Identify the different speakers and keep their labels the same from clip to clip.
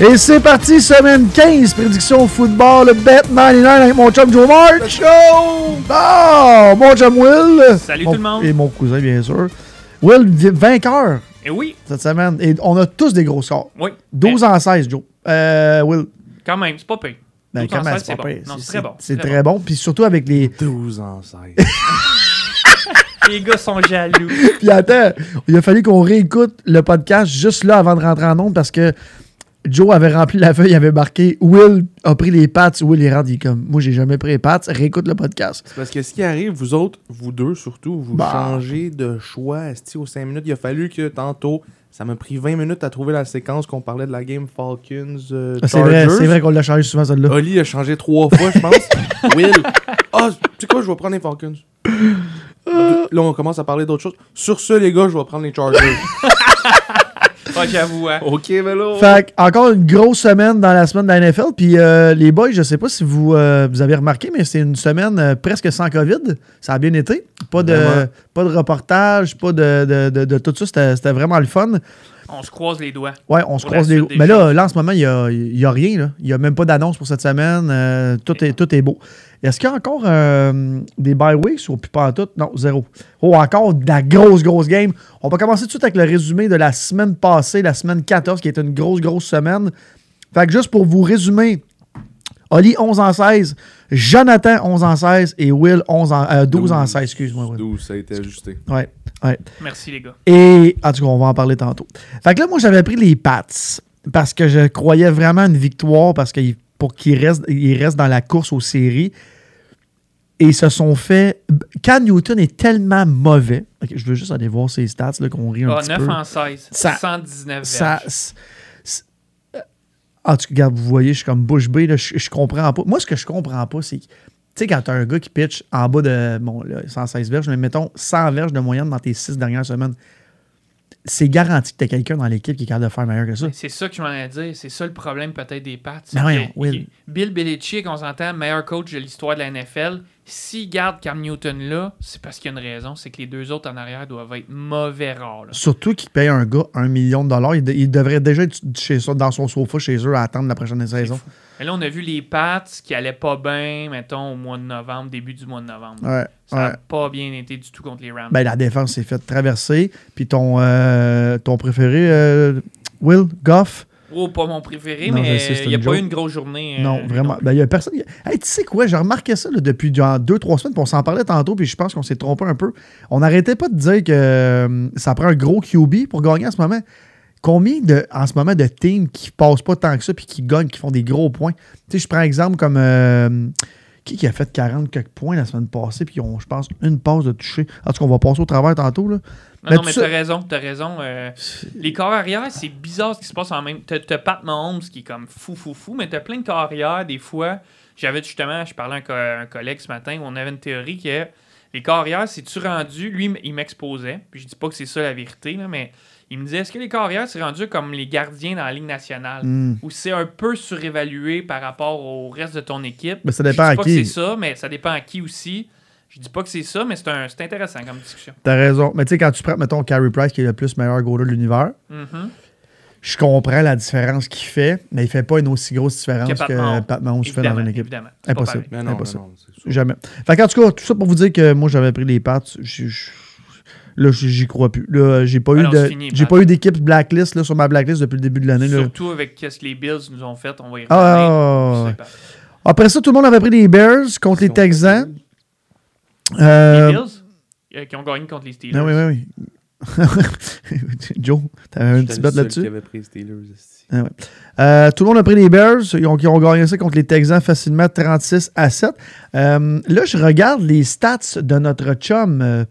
Speaker 1: Et c'est parti, semaine 15, prédiction football, bet 99 avec mon chum Joe March.
Speaker 2: Let's go!
Speaker 1: Bon, mon chum Will.
Speaker 2: Salut
Speaker 1: Mon-
Speaker 2: tout le monde.
Speaker 1: Et mon cousin, bien sûr. Will, vi- vainqueur
Speaker 2: Et Eh oui,
Speaker 1: cette semaine. Et on a tous des gros scores.
Speaker 2: oui.
Speaker 1: 12
Speaker 2: Ben.
Speaker 1: en 16, Joe. Euh, Will.
Speaker 2: Mais Quand même, c'est pas pire.
Speaker 1: Ben,
Speaker 2: 12 en
Speaker 1: quand même,
Speaker 2: 16,
Speaker 1: c'est pas
Speaker 2: bon.
Speaker 1: pire.
Speaker 2: Non, c'est très bon.
Speaker 1: C'est très bon. Puis surtout avec les.
Speaker 3: 12 ans, 16.
Speaker 2: Les gars sont jaloux.
Speaker 1: Puis attends, il a fallu qu'on réécoute le podcast juste là avant de rentrer en onde parce que Joe avait rempli la feuille, il avait marqué Will a pris les pats, Will est rendu comme Moi, j'ai jamais pris les pats, réécoute le podcast.
Speaker 3: C'est parce que ce qui arrive, vous autres, vous deux surtout, vous
Speaker 1: Bah.
Speaker 3: changez de choix. esti, aux 5 minutes, il a fallu que tantôt, ça m'a pris 20 minutes à trouver la séquence qu'on parlait de la game Falcons. euh,
Speaker 1: Ah, C'est vrai,
Speaker 3: Chargers.
Speaker 1: c'est vrai qu'on l'a changé souvent, celle-là.
Speaker 3: Oli a changé trois fois, je pense. Will. Ah, tu sais quoi, je vais prendre les Falcons.
Speaker 1: Euh.
Speaker 3: Là, on commence à parler d'autre chose. Sur ce, les gars, je vais prendre les Chargers.
Speaker 2: Ah, j'avoue, hein.
Speaker 3: ok, vélo.
Speaker 1: Fait que, encore une grosse semaine dans la semaine de la NFL. Puis euh, les boys, je sais pas si vous, euh, vous avez remarqué, mais c'est une semaine euh, presque sans COVID. Ça a bien été. Pas de,
Speaker 3: Vraiment.
Speaker 1: pas de reportage, pas de, de- de- de tout ça. C'était c'était vraiment le fun.
Speaker 2: On se croise les doigts.
Speaker 1: Ouais, on se
Speaker 2: Pour la
Speaker 1: croise les.
Speaker 2: suite des
Speaker 1: Mais là, là, en ce moment, il n'y a, il y a rien. là. Il n'y a même pas d'annonce pour cette semaine. Euh, tout, est, tout est beau. Est-ce qu'il y a encore euh, des bye weeks ou plus pas en tout? Non, zéro. Oh, encore de la grosse, grosse game. On va commencer tout de suite avec le résumé de la semaine passée, la semaine 14, qui est une grosse, grosse semaine. Fait que juste pour vous résumer, Oli 11 en 16, Jonathan 11 en 16 et Will 11 en, euh, 12, en 16, excuse-moi. Will.
Speaker 3: 12, ça a été ajusté.
Speaker 1: Ouais, ouais.
Speaker 2: Merci, les gars.
Speaker 1: Et en tout cas, on va en parler tantôt. Fait que là, moi, j'avais pris les Pats parce que je croyais vraiment à une victoire parce que pour qu'ils restent, ils restent dans la course aux séries. Et ils se sont fait. Cam Newton est tellement mauvais. Ok, je veux juste aller voir ses stats là, qu'on rit un
Speaker 2: Ah,
Speaker 1: petit
Speaker 2: 9
Speaker 1: peu.
Speaker 2: en 16.
Speaker 1: Ça-
Speaker 2: 119
Speaker 1: Ça,
Speaker 2: verges.
Speaker 1: c'est- c'est- ah, tu regardes, vous voyez, je suis comme bouche bée, là, je, je comprends pas. Moi, ce que je comprends pas, c'est que, tu sais, quand t'as un gars qui pitch en bas de, bon, là, 116 verges, mais mettons 100 verges de moyenne dans tes 6 dernières semaines, c'est garanti que t'as quelqu'un dans l'équipe qui est capable de faire meilleur que ça.
Speaker 2: C'est ça que je m'en ai dit. C'est ça le problème peut-être des Pats.
Speaker 1: Ben voyons,
Speaker 2: Que-
Speaker 1: Will.
Speaker 2: que Bill Belichick, on s'entend, meilleur coach de l'histoire de la NFL. S'il garde Cam Newton là, c'est parce qu'il y a une raison. C'est que les deux autres en arrière doivent être mauvais rares. là.
Speaker 1: Surtout qu'il paye un gars un million de dollars, il, de- il devrait déjà être chez ça, dans son sofa chez eux à attendre la prochaine saison.
Speaker 2: fou. Mais là, on a vu les Pats qui allaient pas bien, mettons, au mois de novembre, début du mois de novembre.
Speaker 1: Ouais,
Speaker 2: Ça
Speaker 1: ouais.
Speaker 2: n'a pas bien été du tout contre les Rams.
Speaker 1: Ben, la défense s'est faite traverser. Puis ton, euh, ton préféré, euh, Will Goff,
Speaker 2: oh, pas mon préféré,
Speaker 1: Non, je
Speaker 2: mais
Speaker 1: sais, c'est
Speaker 2: il n'y a
Speaker 1: une
Speaker 2: pas eu
Speaker 1: joke.
Speaker 2: une grosse journée. euh,
Speaker 1: Non,
Speaker 2: lui
Speaker 1: vraiment.
Speaker 2: plus.
Speaker 1: Ben, il y a personne. il y a- Hey, tu sais quoi, j'ai remarqué ça là, depuis genre deux, trois semaines, puis on s'en parlait tantôt, puis je pense qu'on s'est trompé un peu. On n'arrêtait pas de dire que euh, ça prend un gros QB pour gagner en ce moment. Combien de, en ce moment de teams qui passent pas tant que ça, puis qui gagnent, qui font des gros points? Tu sais, je prends exemple comme. euh, qui, qui a fait 40 quelques points la semaine passée, puis ils ont, je pense, une passe de toucher. En tout cas, on va passer au travers tantôt. Là.
Speaker 2: Non,
Speaker 1: Mais
Speaker 2: non,
Speaker 1: tu
Speaker 2: mais
Speaker 1: sais-
Speaker 2: t'as raison, t'as raison. euh, les corps arrière, c'est bizarre ce qui se passe en même. T'as t'as Pat Mahomes qui est comme fou, fou, fou, mais t'as plein de corps arrière. Des fois, j'avais justement, je parlais à un, co- un collègue ce matin, on avait une théorie que les corps arrière, c'est-tu rendu, lui, il m'exposait, puis je dis pas que c'est ça la vérité, là, mais il me disait, est-ce que les corps arrière, c'est rendu comme les gardiens dans la Ligue nationale?
Speaker 1: Hmm.
Speaker 2: Ou c'est un peu surévalué par rapport au reste de ton équipe?
Speaker 1: Ben, ça dépend
Speaker 2: je
Speaker 1: à
Speaker 2: dis pas
Speaker 1: qui.
Speaker 2: que c'est ça, mais ça dépend à qui aussi. Je dis pas que c'est ça, mais c'est un- c'est intéressant comme discussion.
Speaker 1: T'as raison. Mais tu sais, quand tu prends, mettons, Carey Price, qui est le plus meilleur goaler de l'univers,
Speaker 2: Mhm.
Speaker 1: je comprends la différence qu'il fait, mais il fait pas une aussi grosse différence
Speaker 2: Que
Speaker 1: que,
Speaker 2: Pat Mahomes.
Speaker 1: Pat Mahomes fait dans
Speaker 2: Évidemment,
Speaker 1: une équipe.
Speaker 2: évidemment. C'est pas
Speaker 1: Impossible.
Speaker 2: pareil.
Speaker 3: Mais non, mais
Speaker 1: Impossible.
Speaker 3: non, c'est sûr.
Speaker 1: Jamais. Fait qu'en tout cas, tout ça pour vous dire que moi, j'avais pris les pattes. Je- je- Là, j- j'y crois plus. Là, j'ai pas,
Speaker 2: Ah
Speaker 1: eu
Speaker 2: non,
Speaker 1: de...
Speaker 2: c'est fini,
Speaker 1: j'ai
Speaker 2: Pat.
Speaker 1: pas eu d'équipe blacklist là, sur ma blacklist depuis le début de l'année. là.
Speaker 2: Surtout avec ce que les Bills nous ont fait, on va y revenir.
Speaker 1: Ah, ouais,
Speaker 2: C'est
Speaker 1: ouais.
Speaker 2: pas-
Speaker 1: Après ça, tout le monde avait pris les Bears contre les Texans.
Speaker 2: Les
Speaker 1: Euh,
Speaker 2: Bills euh, qui ont gagné contre les Steelers.
Speaker 1: Non, oui, oui, oui. Joe, t'avais un
Speaker 3: J'étais
Speaker 1: petit
Speaker 3: le
Speaker 1: bet
Speaker 3: seul
Speaker 1: là-dessus?
Speaker 3: qui avait pris les Steelers, esti.
Speaker 1: Ah ouais. Euh, tout le monde a pris les Bears. Ils ont, ils ont gagné ça contre les Texans facilement 36 à 7. Euh, là, je regarde les stats de notre chum euh,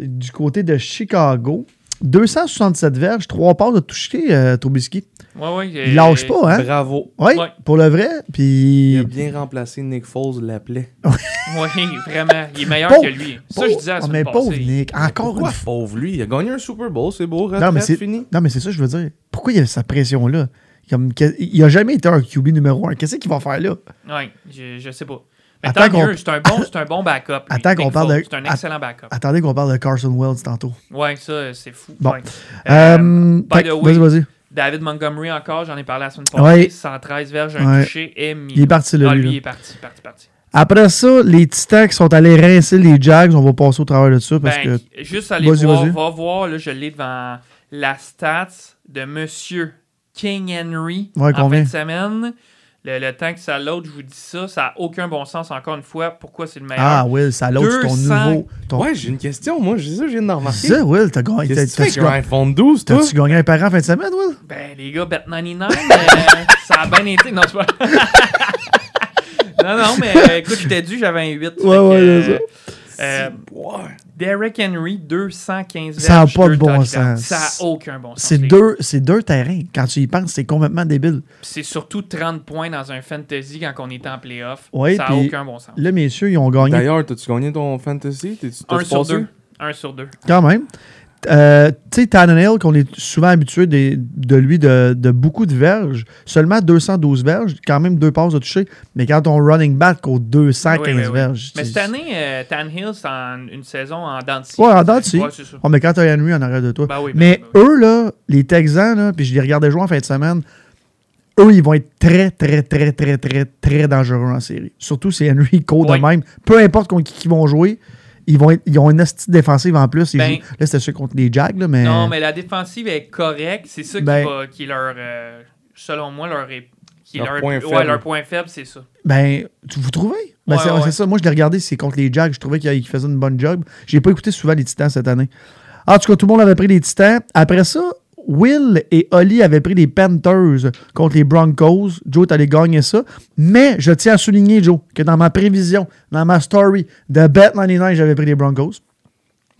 Speaker 1: du côté de Chicago. 267 verges, 3 passes de toucher, euh, Trubisky.
Speaker 2: Ouais, ouais,
Speaker 1: Il
Speaker 2: euh,
Speaker 1: lâche pas, hein?
Speaker 3: Bravo.
Speaker 1: Oui,
Speaker 2: Ouais.
Speaker 1: pour le vrai.
Speaker 3: Il
Speaker 1: Puis.
Speaker 3: a bien remplacé Nick Foles, l'appelait.
Speaker 2: Ouais, vraiment. Il est meilleur
Speaker 1: Pauvre-
Speaker 2: que lui. Ça, je disais à
Speaker 1: Oh,
Speaker 2: ce
Speaker 1: mais
Speaker 2: moment
Speaker 1: pauvre Nick. Encore une
Speaker 3: Pourquoi
Speaker 1: fois.
Speaker 3: pauvre lui? Il a gagné un Super Bowl, c'est beau,
Speaker 1: Non, mais
Speaker 3: retraite,
Speaker 1: c'est
Speaker 3: fini.
Speaker 1: non, mais c'est ça que je veux dire. Pourquoi il y a cette pression-là? Comme que- Il a jamais été un QB numéro 1. Qu'est-ce qu'il va faire là?
Speaker 2: Ouais, je, je sais pas. Mais
Speaker 1: Attends
Speaker 2: tant
Speaker 1: qu'on-
Speaker 2: mieux, c'est un bon, c'est un bon backup. lui.
Speaker 1: Attends qu'on
Speaker 2: Nick
Speaker 1: parle de-
Speaker 2: Foles, C'est un
Speaker 1: Att-
Speaker 2: excellent backup.
Speaker 1: Attendez qu'on parle de Carson Wells tantôt.
Speaker 2: Ouais, ça, c'est fou.
Speaker 1: Bon.
Speaker 2: Ouais.
Speaker 1: Euh,
Speaker 2: Euh,
Speaker 1: fait-
Speaker 2: by the way,
Speaker 1: vas-y, vas-y.
Speaker 2: David Montgomery encore, j'en ai parlé la semaine passée.
Speaker 1: Ouais.
Speaker 2: 113 verges, un
Speaker 1: Ouais.
Speaker 2: touché et mis.
Speaker 1: Il est parti, là,
Speaker 2: Ah,
Speaker 1: lui,
Speaker 2: lui,
Speaker 1: là.
Speaker 2: il est parti, parti, parti.
Speaker 1: Après ça, les Titans qui sont allés rincer les Jags, on va passer au travers de ça parce
Speaker 2: Ben,
Speaker 1: que.
Speaker 2: juste aller
Speaker 1: Vas-y,
Speaker 2: voir,
Speaker 1: vas-y.
Speaker 2: va voir, là, je l'ai devant la stats de Monsieur King Henry
Speaker 1: Ouais,
Speaker 2: en
Speaker 1: combien?
Speaker 2: fin de semaine. Le, le temps que ça l'autre, je vous dis ça, ça n'a aucun bon sens, encore une fois. Pourquoi c'est le meilleur?
Speaker 1: Ah, Will, ça l'autre, c'est ton
Speaker 2: 200.
Speaker 1: nouveau. Ton...
Speaker 3: Ouais, j'ai une question, moi. J'ai ça, je viens de remarquer.
Speaker 1: ça, Will, t'as gagné.
Speaker 3: Qu'est-ce que tu fais avec
Speaker 1: T'as-tu
Speaker 3: un iPhone 12, toi?
Speaker 1: t'as-tu gagné un parent en fin de semaine, Will?
Speaker 2: Ben, les gars, Bet99, euh, ça a bien été. Non, c'est pas. non, non, mais euh, écoute, je t'ai dit, j'avais un 8. fait que,
Speaker 1: ouais,
Speaker 2: euh,
Speaker 1: c'est
Speaker 2: euh,
Speaker 3: Ouais.
Speaker 2: Derrick Henry, 215
Speaker 1: Ça a
Speaker 2: verges,
Speaker 1: pas de
Speaker 2: deux
Speaker 1: bon
Speaker 2: touchdowns.
Speaker 1: sens.
Speaker 2: Ça a aucun bon sens.
Speaker 1: C'est
Speaker 2: les
Speaker 1: deux, c'est deux terrains. Quand tu y penses, c'est complètement débile.
Speaker 2: Puis C'est surtout 30 points dans un fantasy quand on est en playoff.
Speaker 1: Ouais,
Speaker 2: ça n'a
Speaker 1: puis-
Speaker 2: aucun bon sens.
Speaker 1: Là, messieurs, ils ont gagné
Speaker 3: D'ailleurs, t'as-tu gagné ton fantasy? T'es-tu
Speaker 2: Un
Speaker 3: t'as-tu
Speaker 2: sur
Speaker 3: passé?
Speaker 2: deux. Un sur deux.
Speaker 1: quand même. Euh, tu sais, Tannenhill, qu'on est souvent habitué des- de lui de, de beaucoup de verges, seulement 212 verges, quand même deux passes de toucher, mais quand on running back aux 215
Speaker 2: Oui, oui, oui.
Speaker 1: verges.
Speaker 2: Mais
Speaker 1: tu-
Speaker 2: cette année, euh, Tannehill, c'est en- une saison en dents de scie.
Speaker 1: Ouais, en dents de scie.
Speaker 2: Ouais, c'est ça.
Speaker 1: Oh, mais quand t'as Henry en arrière de toi.
Speaker 2: Ben oui, ben
Speaker 1: mais
Speaker 2: oui, ben
Speaker 1: eux, là, les Texans, là, puis je les regardais jouer en fin de semaine, eux, ils vont être très, très, très, très, très, très dangereux en série. Surtout si Henry court
Speaker 2: Oui.
Speaker 1: de même. Peu importe contre qui ils vont jouer, ils, vont être- ils ont une astuce défensive en plus. Ils
Speaker 2: Ben-
Speaker 1: jouent- là, c'était sûr contre les Jags, là, mais.
Speaker 2: Non, mais la défensive est correcte. C'est ça qui,
Speaker 1: Ben-
Speaker 2: va- qui leur, euh, selon moi, leur, est- qui
Speaker 3: Leur
Speaker 2: leur-
Speaker 3: point
Speaker 2: ouais,
Speaker 3: faible.
Speaker 2: leur point faible, c'est ça.
Speaker 1: Ben, tu vous trouvez? Ben,
Speaker 2: Ouais,
Speaker 1: c'est
Speaker 2: ouais,
Speaker 1: c'est
Speaker 2: ouais.
Speaker 1: ça. Moi, je l'ai regardé, c'est contre les Jags. Je trouvais qu'il- qu'ils faisaient une bonne job. J'ai pas écouté souvent les Titans cette année. En tout cas, tout le monde avait pris les Titans. Après ça, Will et Oli avaient pris les Panthers contre les Broncos. Joe, t'allais gagner ça. Mais je tiens à souligner, Joe, que dans ma prévision, dans ma story de Bet99, j'avais pris les Broncos.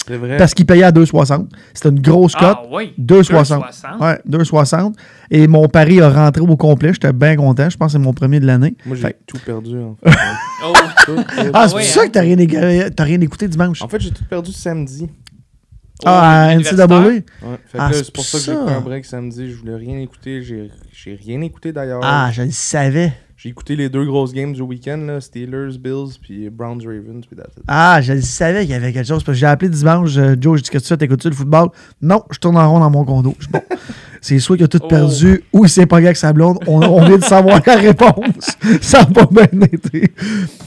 Speaker 3: C'est vrai.
Speaker 1: Parce qu'ils payaient à 2,60. C'était une grosse cote.
Speaker 2: Ah oui. Ah,
Speaker 1: 2,60. Ouais, 2,60. Et mon pari a rentré au complet. J'étais bien content. Je pense que c'est mon premier de l'année.
Speaker 3: Moi, j'ai
Speaker 1: Fait-
Speaker 3: tout perdu. En fait,
Speaker 2: Oh,
Speaker 3: Tout, tout.
Speaker 1: Ah, c'est
Speaker 2: Ouais,
Speaker 1: pour ça
Speaker 2: hein.
Speaker 1: que t'as rien, éga- t'as rien écouté dimanche.
Speaker 3: En fait, j'ai tout perdu samedi.
Speaker 1: ah, à NCAA.
Speaker 3: Ouais. Fait que
Speaker 1: Ah,
Speaker 3: là,
Speaker 1: c'est
Speaker 3: c'est pour ça que j'ai
Speaker 1: ça.
Speaker 3: pris un break samedi. Je voulais rien écouter. J'ai j'ai rien écouté d'ailleurs.
Speaker 1: Ah, je le savais.
Speaker 3: J'ai écouté les deux grosses games du week-end, là, Steelers, Bills, puis Browns, Ravens, puis that's it.
Speaker 1: Ah, je le savais qu'il y avait quelque chose. Parce que j'ai appelé dimanche, euh, Joe, j'ai dit que tu fais, t'écoutes-tu le football? Non, je tourne en rond dans mon condo. Je dis, bon, c'est soit qu'il a tout
Speaker 2: Oh.
Speaker 1: perdu ou il s'est pas avec sa blonde. On, on vient de savoir la réponse. Ça a pas bien été.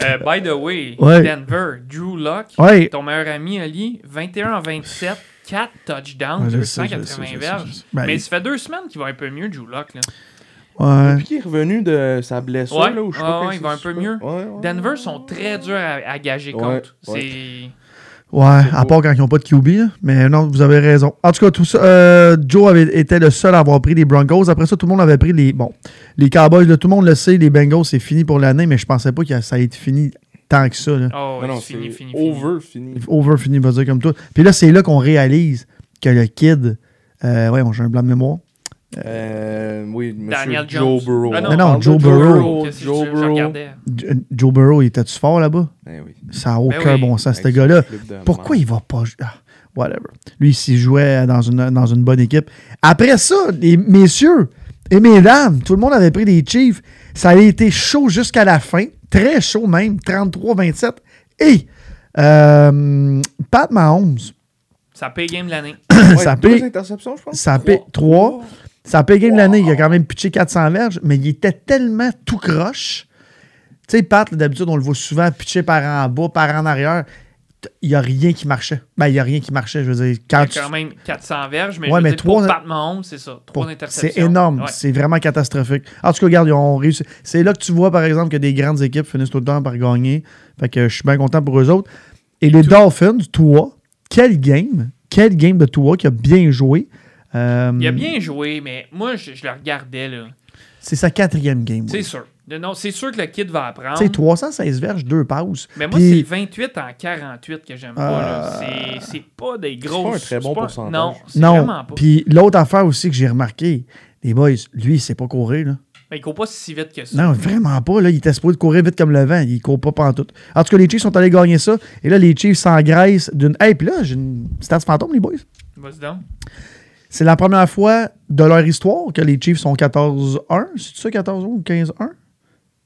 Speaker 2: Euh, by the way,
Speaker 1: Ouais.
Speaker 2: Denver, Drew Locke,
Speaker 1: Ouais.
Speaker 2: ton meilleur ami Ali, 21 en 27, 4 touchdowns,
Speaker 1: Ouais, je sais, je sais, je
Speaker 2: 280
Speaker 1: sais, je
Speaker 2: verges.
Speaker 1: sais. Ben,
Speaker 2: Mais
Speaker 1: il-
Speaker 2: ça fait deux semaines qu'il va un peu mieux, Drew Locke. là.
Speaker 1: Ouais.
Speaker 3: Depuis qu'il est revenu de sa blessure,
Speaker 2: Ouais.
Speaker 3: là, où je sais
Speaker 2: Ouais,
Speaker 3: pas
Speaker 2: ouais,
Speaker 3: qu'est-ce
Speaker 2: il va
Speaker 3: que
Speaker 2: un
Speaker 3: c'est,
Speaker 2: peu
Speaker 3: je
Speaker 2: mieux.
Speaker 3: sais pas. Ouais, ouais.
Speaker 2: Denver sont très durs à, à gager
Speaker 3: Ouais,
Speaker 2: contre.
Speaker 3: ouais.
Speaker 2: C'est.
Speaker 1: Ouais,
Speaker 3: C'est
Speaker 1: à
Speaker 3: beau.
Speaker 1: part quand ils n'ont pas de QB, là. mais non, vous avez raison. En tout cas, tout ça, euh, Joe avait, était le seul à avoir pris les Broncos. Après ça, tout le monde avait pris les. Bon, les Cowboys, là, tout le monde le sait, les Bengals, c'est fini pour l'année, mais je pensais pas que ça allait être fini tant que ça. là.
Speaker 2: Oh,
Speaker 3: Non, non,
Speaker 2: c'est fini,
Speaker 3: c'est
Speaker 2: fini, fini.
Speaker 3: over, fini.
Speaker 1: Over fini, va dire comme toi. Puis là, c'est là qu'on réalise que le kid. Euh, ouais, j'ai un blanc de mémoire.
Speaker 3: Euh, oui, monsieur
Speaker 2: Daniel Jones.
Speaker 3: Joe Burrow.
Speaker 2: Ah non.
Speaker 1: Non,
Speaker 3: On
Speaker 1: non,
Speaker 3: parle de
Speaker 1: Joe Burrow.
Speaker 2: Qu'est-ce que
Speaker 3: Joe
Speaker 2: tu- je
Speaker 3: Burrow.
Speaker 2: regardais.
Speaker 1: J- euh, Joe Burrow, il était-tu fort là-bas?
Speaker 3: Eh oui.
Speaker 1: Ça n'a aucun
Speaker 2: oui.
Speaker 1: bon sens, ce
Speaker 3: Avec
Speaker 1: gars-là.
Speaker 3: son clip de
Speaker 1: Pourquoi
Speaker 3: merde.
Speaker 1: il va pas. jou- ah, whatever. Lui, s'il jouait dans une, dans une bonne équipe. Après ça, les messieurs et mesdames, tout le monde avait pris des Chiefs. Ça a été chaud jusqu'à la fin. Très chaud même. 33-27. Et euh, Pat Mahomes,
Speaker 2: Ça paye game de l'année.
Speaker 3: Ouais,
Speaker 1: ça
Speaker 3: deux
Speaker 1: paye.
Speaker 3: interceptions, je pense.
Speaker 1: Ça paie 3. Ça paye game de l'année. Il a quand même pitché 400 verges, mais il était tellement tout croche. Tu sais, Pat, là, d'habitude, on le voit souvent pitcher par en bas, par en arrière. T- Il n'y a rien qui marchait. Ben, il n'y a rien qui marchait. Je veux dire,
Speaker 2: Il y
Speaker 1: quand
Speaker 2: a
Speaker 1: tu-
Speaker 2: quand même 400 verges, mais,
Speaker 1: Ouais,
Speaker 2: je veux
Speaker 1: mais
Speaker 2: dire,
Speaker 1: trois-
Speaker 2: pour Pat Mahomes, c'est ça. Trois interceptions.
Speaker 1: C'est énorme.
Speaker 2: Ouais.
Speaker 1: C'est vraiment catastrophique. En tout cas, regarde, ils ont réussi. C'est là que tu vois, par exemple, que des grandes équipes finissent tout le temps par gagner. Fait que je suis bien content pour eux autres. Et, les Dolphins, toi, quel game, quel game de toi qui a bien joué. Euh,
Speaker 2: Il a bien joué, mais moi, je, je le regardais, là.
Speaker 1: C'est sa quatrième game.
Speaker 2: C'est sûr. De- Non, c'est sûr que le kid va apprendre.
Speaker 1: Tu sais, 316 verges, deux passes.
Speaker 2: Mais moi,
Speaker 1: Puis- Ah.
Speaker 2: c'est le 28 en 48 que j'aime pas. là. C'est- C'est pas des grosses.
Speaker 3: pas un très bon pourcentage.
Speaker 2: Non, c'est
Speaker 1: Non.
Speaker 2: vraiment pas.
Speaker 1: Puis l'autre affaire aussi que j'ai remarqué, les boys, lui, il sait pas courir. Là.
Speaker 2: Mais il court pas si vite que ça.
Speaker 1: Non, vraiment pas. Là. Il était supposé de courir vite comme le vent. Il court pas pantoute. En tout cas, les Chiefs sont allés gagner ça. Et là, les Chiefs s'engraissent d'une. Hey, puis là, j'ai une stats fantôme, les boys.
Speaker 2: Vas-y donc.
Speaker 1: C'est la première fois de leur histoire que les Chiefs sont 14-1. C'est ça, 14-1 ou 15-1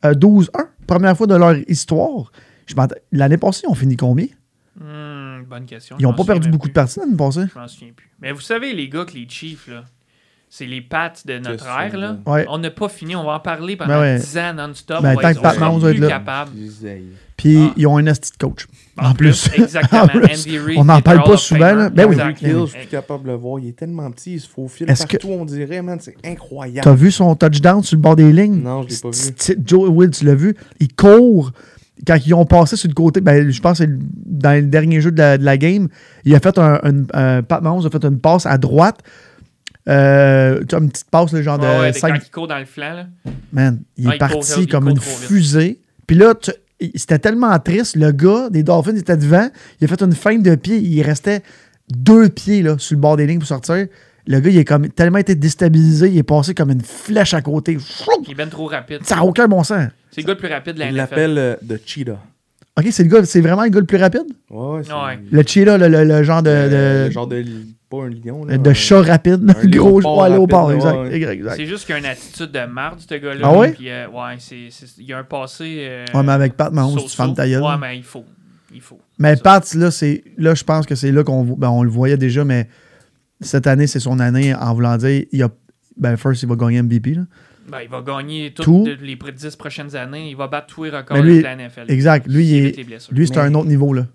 Speaker 1: Euh, 12-1. Première fois de leur histoire. Je m'attends- L'année passée, ils ont fini combien
Speaker 2: Hmm, bonne question.
Speaker 1: Ils
Speaker 2: Je
Speaker 1: n'ont
Speaker 2: m'en
Speaker 1: pas perdu
Speaker 2: souviens
Speaker 1: beaucoup de
Speaker 2: plus.
Speaker 1: parties l'année passée.
Speaker 2: Je m'en souviens plus. Mais vous savez, les gars, que les Chiefs, là, c'est les pattes de notre
Speaker 3: Que
Speaker 2: ère. Là.
Speaker 1: Ouais.
Speaker 2: On n'a pas fini, on va en parler pendant
Speaker 1: Ben ouais.
Speaker 2: 10 ans non-stop.
Speaker 1: Ben,
Speaker 2: on
Speaker 1: tant
Speaker 2: être-
Speaker 1: que Pat
Speaker 2: on sera
Speaker 1: Mahomes va
Speaker 2: plus
Speaker 1: être là.
Speaker 2: capable.
Speaker 1: Puis
Speaker 2: Ah.
Speaker 1: ils ont un asti de coach. En plus.
Speaker 2: Exactement.
Speaker 1: En plus.
Speaker 2: Andy Reid,
Speaker 1: On n'en
Speaker 2: qui est
Speaker 1: parle
Speaker 2: Hall
Speaker 1: pas
Speaker 2: of
Speaker 1: souvent,
Speaker 2: Famer.
Speaker 1: là. Ben oui.
Speaker 2: Exact.
Speaker 1: Hill,
Speaker 3: je suis plus capable de le voir. Il est tellement petit, il se faufile
Speaker 1: Est-ce
Speaker 3: partout, on dirait, man. C'est incroyable.
Speaker 1: T'as vu son touchdown sur le bord des lignes?
Speaker 3: Non, je l'ai pas vu.
Speaker 1: C'est- c'est- Joe Will, tu l'as vu? Il court. Quand ils ont passé sur le côté, ben, je pense que c'est le- dans le dernier jeu de la, de la game, il a fait un, un- un- Pat Mahomes a fait une passe à droite. Euh, tu vois, une petite passe, le genre
Speaker 2: Ouais, ouais,
Speaker 1: de 5
Speaker 2: Quand il court dans le flanc, là.
Speaker 1: Man, il
Speaker 2: Ah,
Speaker 1: est
Speaker 2: il court vite,
Speaker 1: parti
Speaker 2: il
Speaker 1: comme
Speaker 2: court
Speaker 1: une
Speaker 2: trop vite.
Speaker 1: fusée. Puis là, tu- il- c'était tellement triste. Le gars des Dolphins il était devant. Il a fait une feinte de pied. Il restait deux pieds là, sur le bord des lignes pour sortir. Le gars, il est comme, tellement été déstabilisé. Il est passé comme une flèche à côté. Chou!
Speaker 2: il est ben trop rapide.
Speaker 1: Ça n'a aucun bon sens.
Speaker 2: C'est le gars le plus rapide de la NFL.
Speaker 3: Il l'appelle euh, The Cheetah.
Speaker 1: OK, c'est le gars, c'est vraiment le gars le plus rapide?
Speaker 3: Ouais, ouais. c'est-
Speaker 2: Ouais.
Speaker 1: Le cheetah, le, le- le genre de,
Speaker 3: Euh,
Speaker 1: de,
Speaker 3: le genre de. li- Pas un lion.
Speaker 1: de
Speaker 3: Là, un-
Speaker 1: chat rapide.
Speaker 3: un
Speaker 1: gros
Speaker 3: léopard
Speaker 1: ouais, léopard,
Speaker 3: rapide,
Speaker 1: exact,
Speaker 3: ouais, ouais.
Speaker 1: exact, exact.
Speaker 2: C'est juste qu'il a une attitude de marde, ce gars-là.
Speaker 1: Ah ouais?
Speaker 2: Puis, euh, ouais, c'est- c'est- il a un passé. euh,
Speaker 1: Ouais, mais avec Pat Mahomes,
Speaker 2: so-so.
Speaker 1: tu fermes ta gueule.
Speaker 2: Ouais, mais il faut. Il faut.
Speaker 1: Mais
Speaker 2: Ça.
Speaker 1: Pat, là, c'est, là je pense que c'est là qu'on vo- ben, on le voyait déjà, mais cette année, c'est son année en voulant dire il a, ben, first, il va gagner MVP. Là.
Speaker 2: Ben, il va gagner toutes
Speaker 1: Tout.
Speaker 2: de- les pr- 10 prochaines années. Il va battre tous les records
Speaker 1: Mais lui-
Speaker 2: de la NFL.
Speaker 1: exact. Lui, il
Speaker 2: Il évite
Speaker 1: est-
Speaker 2: les blessures.
Speaker 1: lui c'est
Speaker 3: Mais-
Speaker 1: un autre niveau. Là.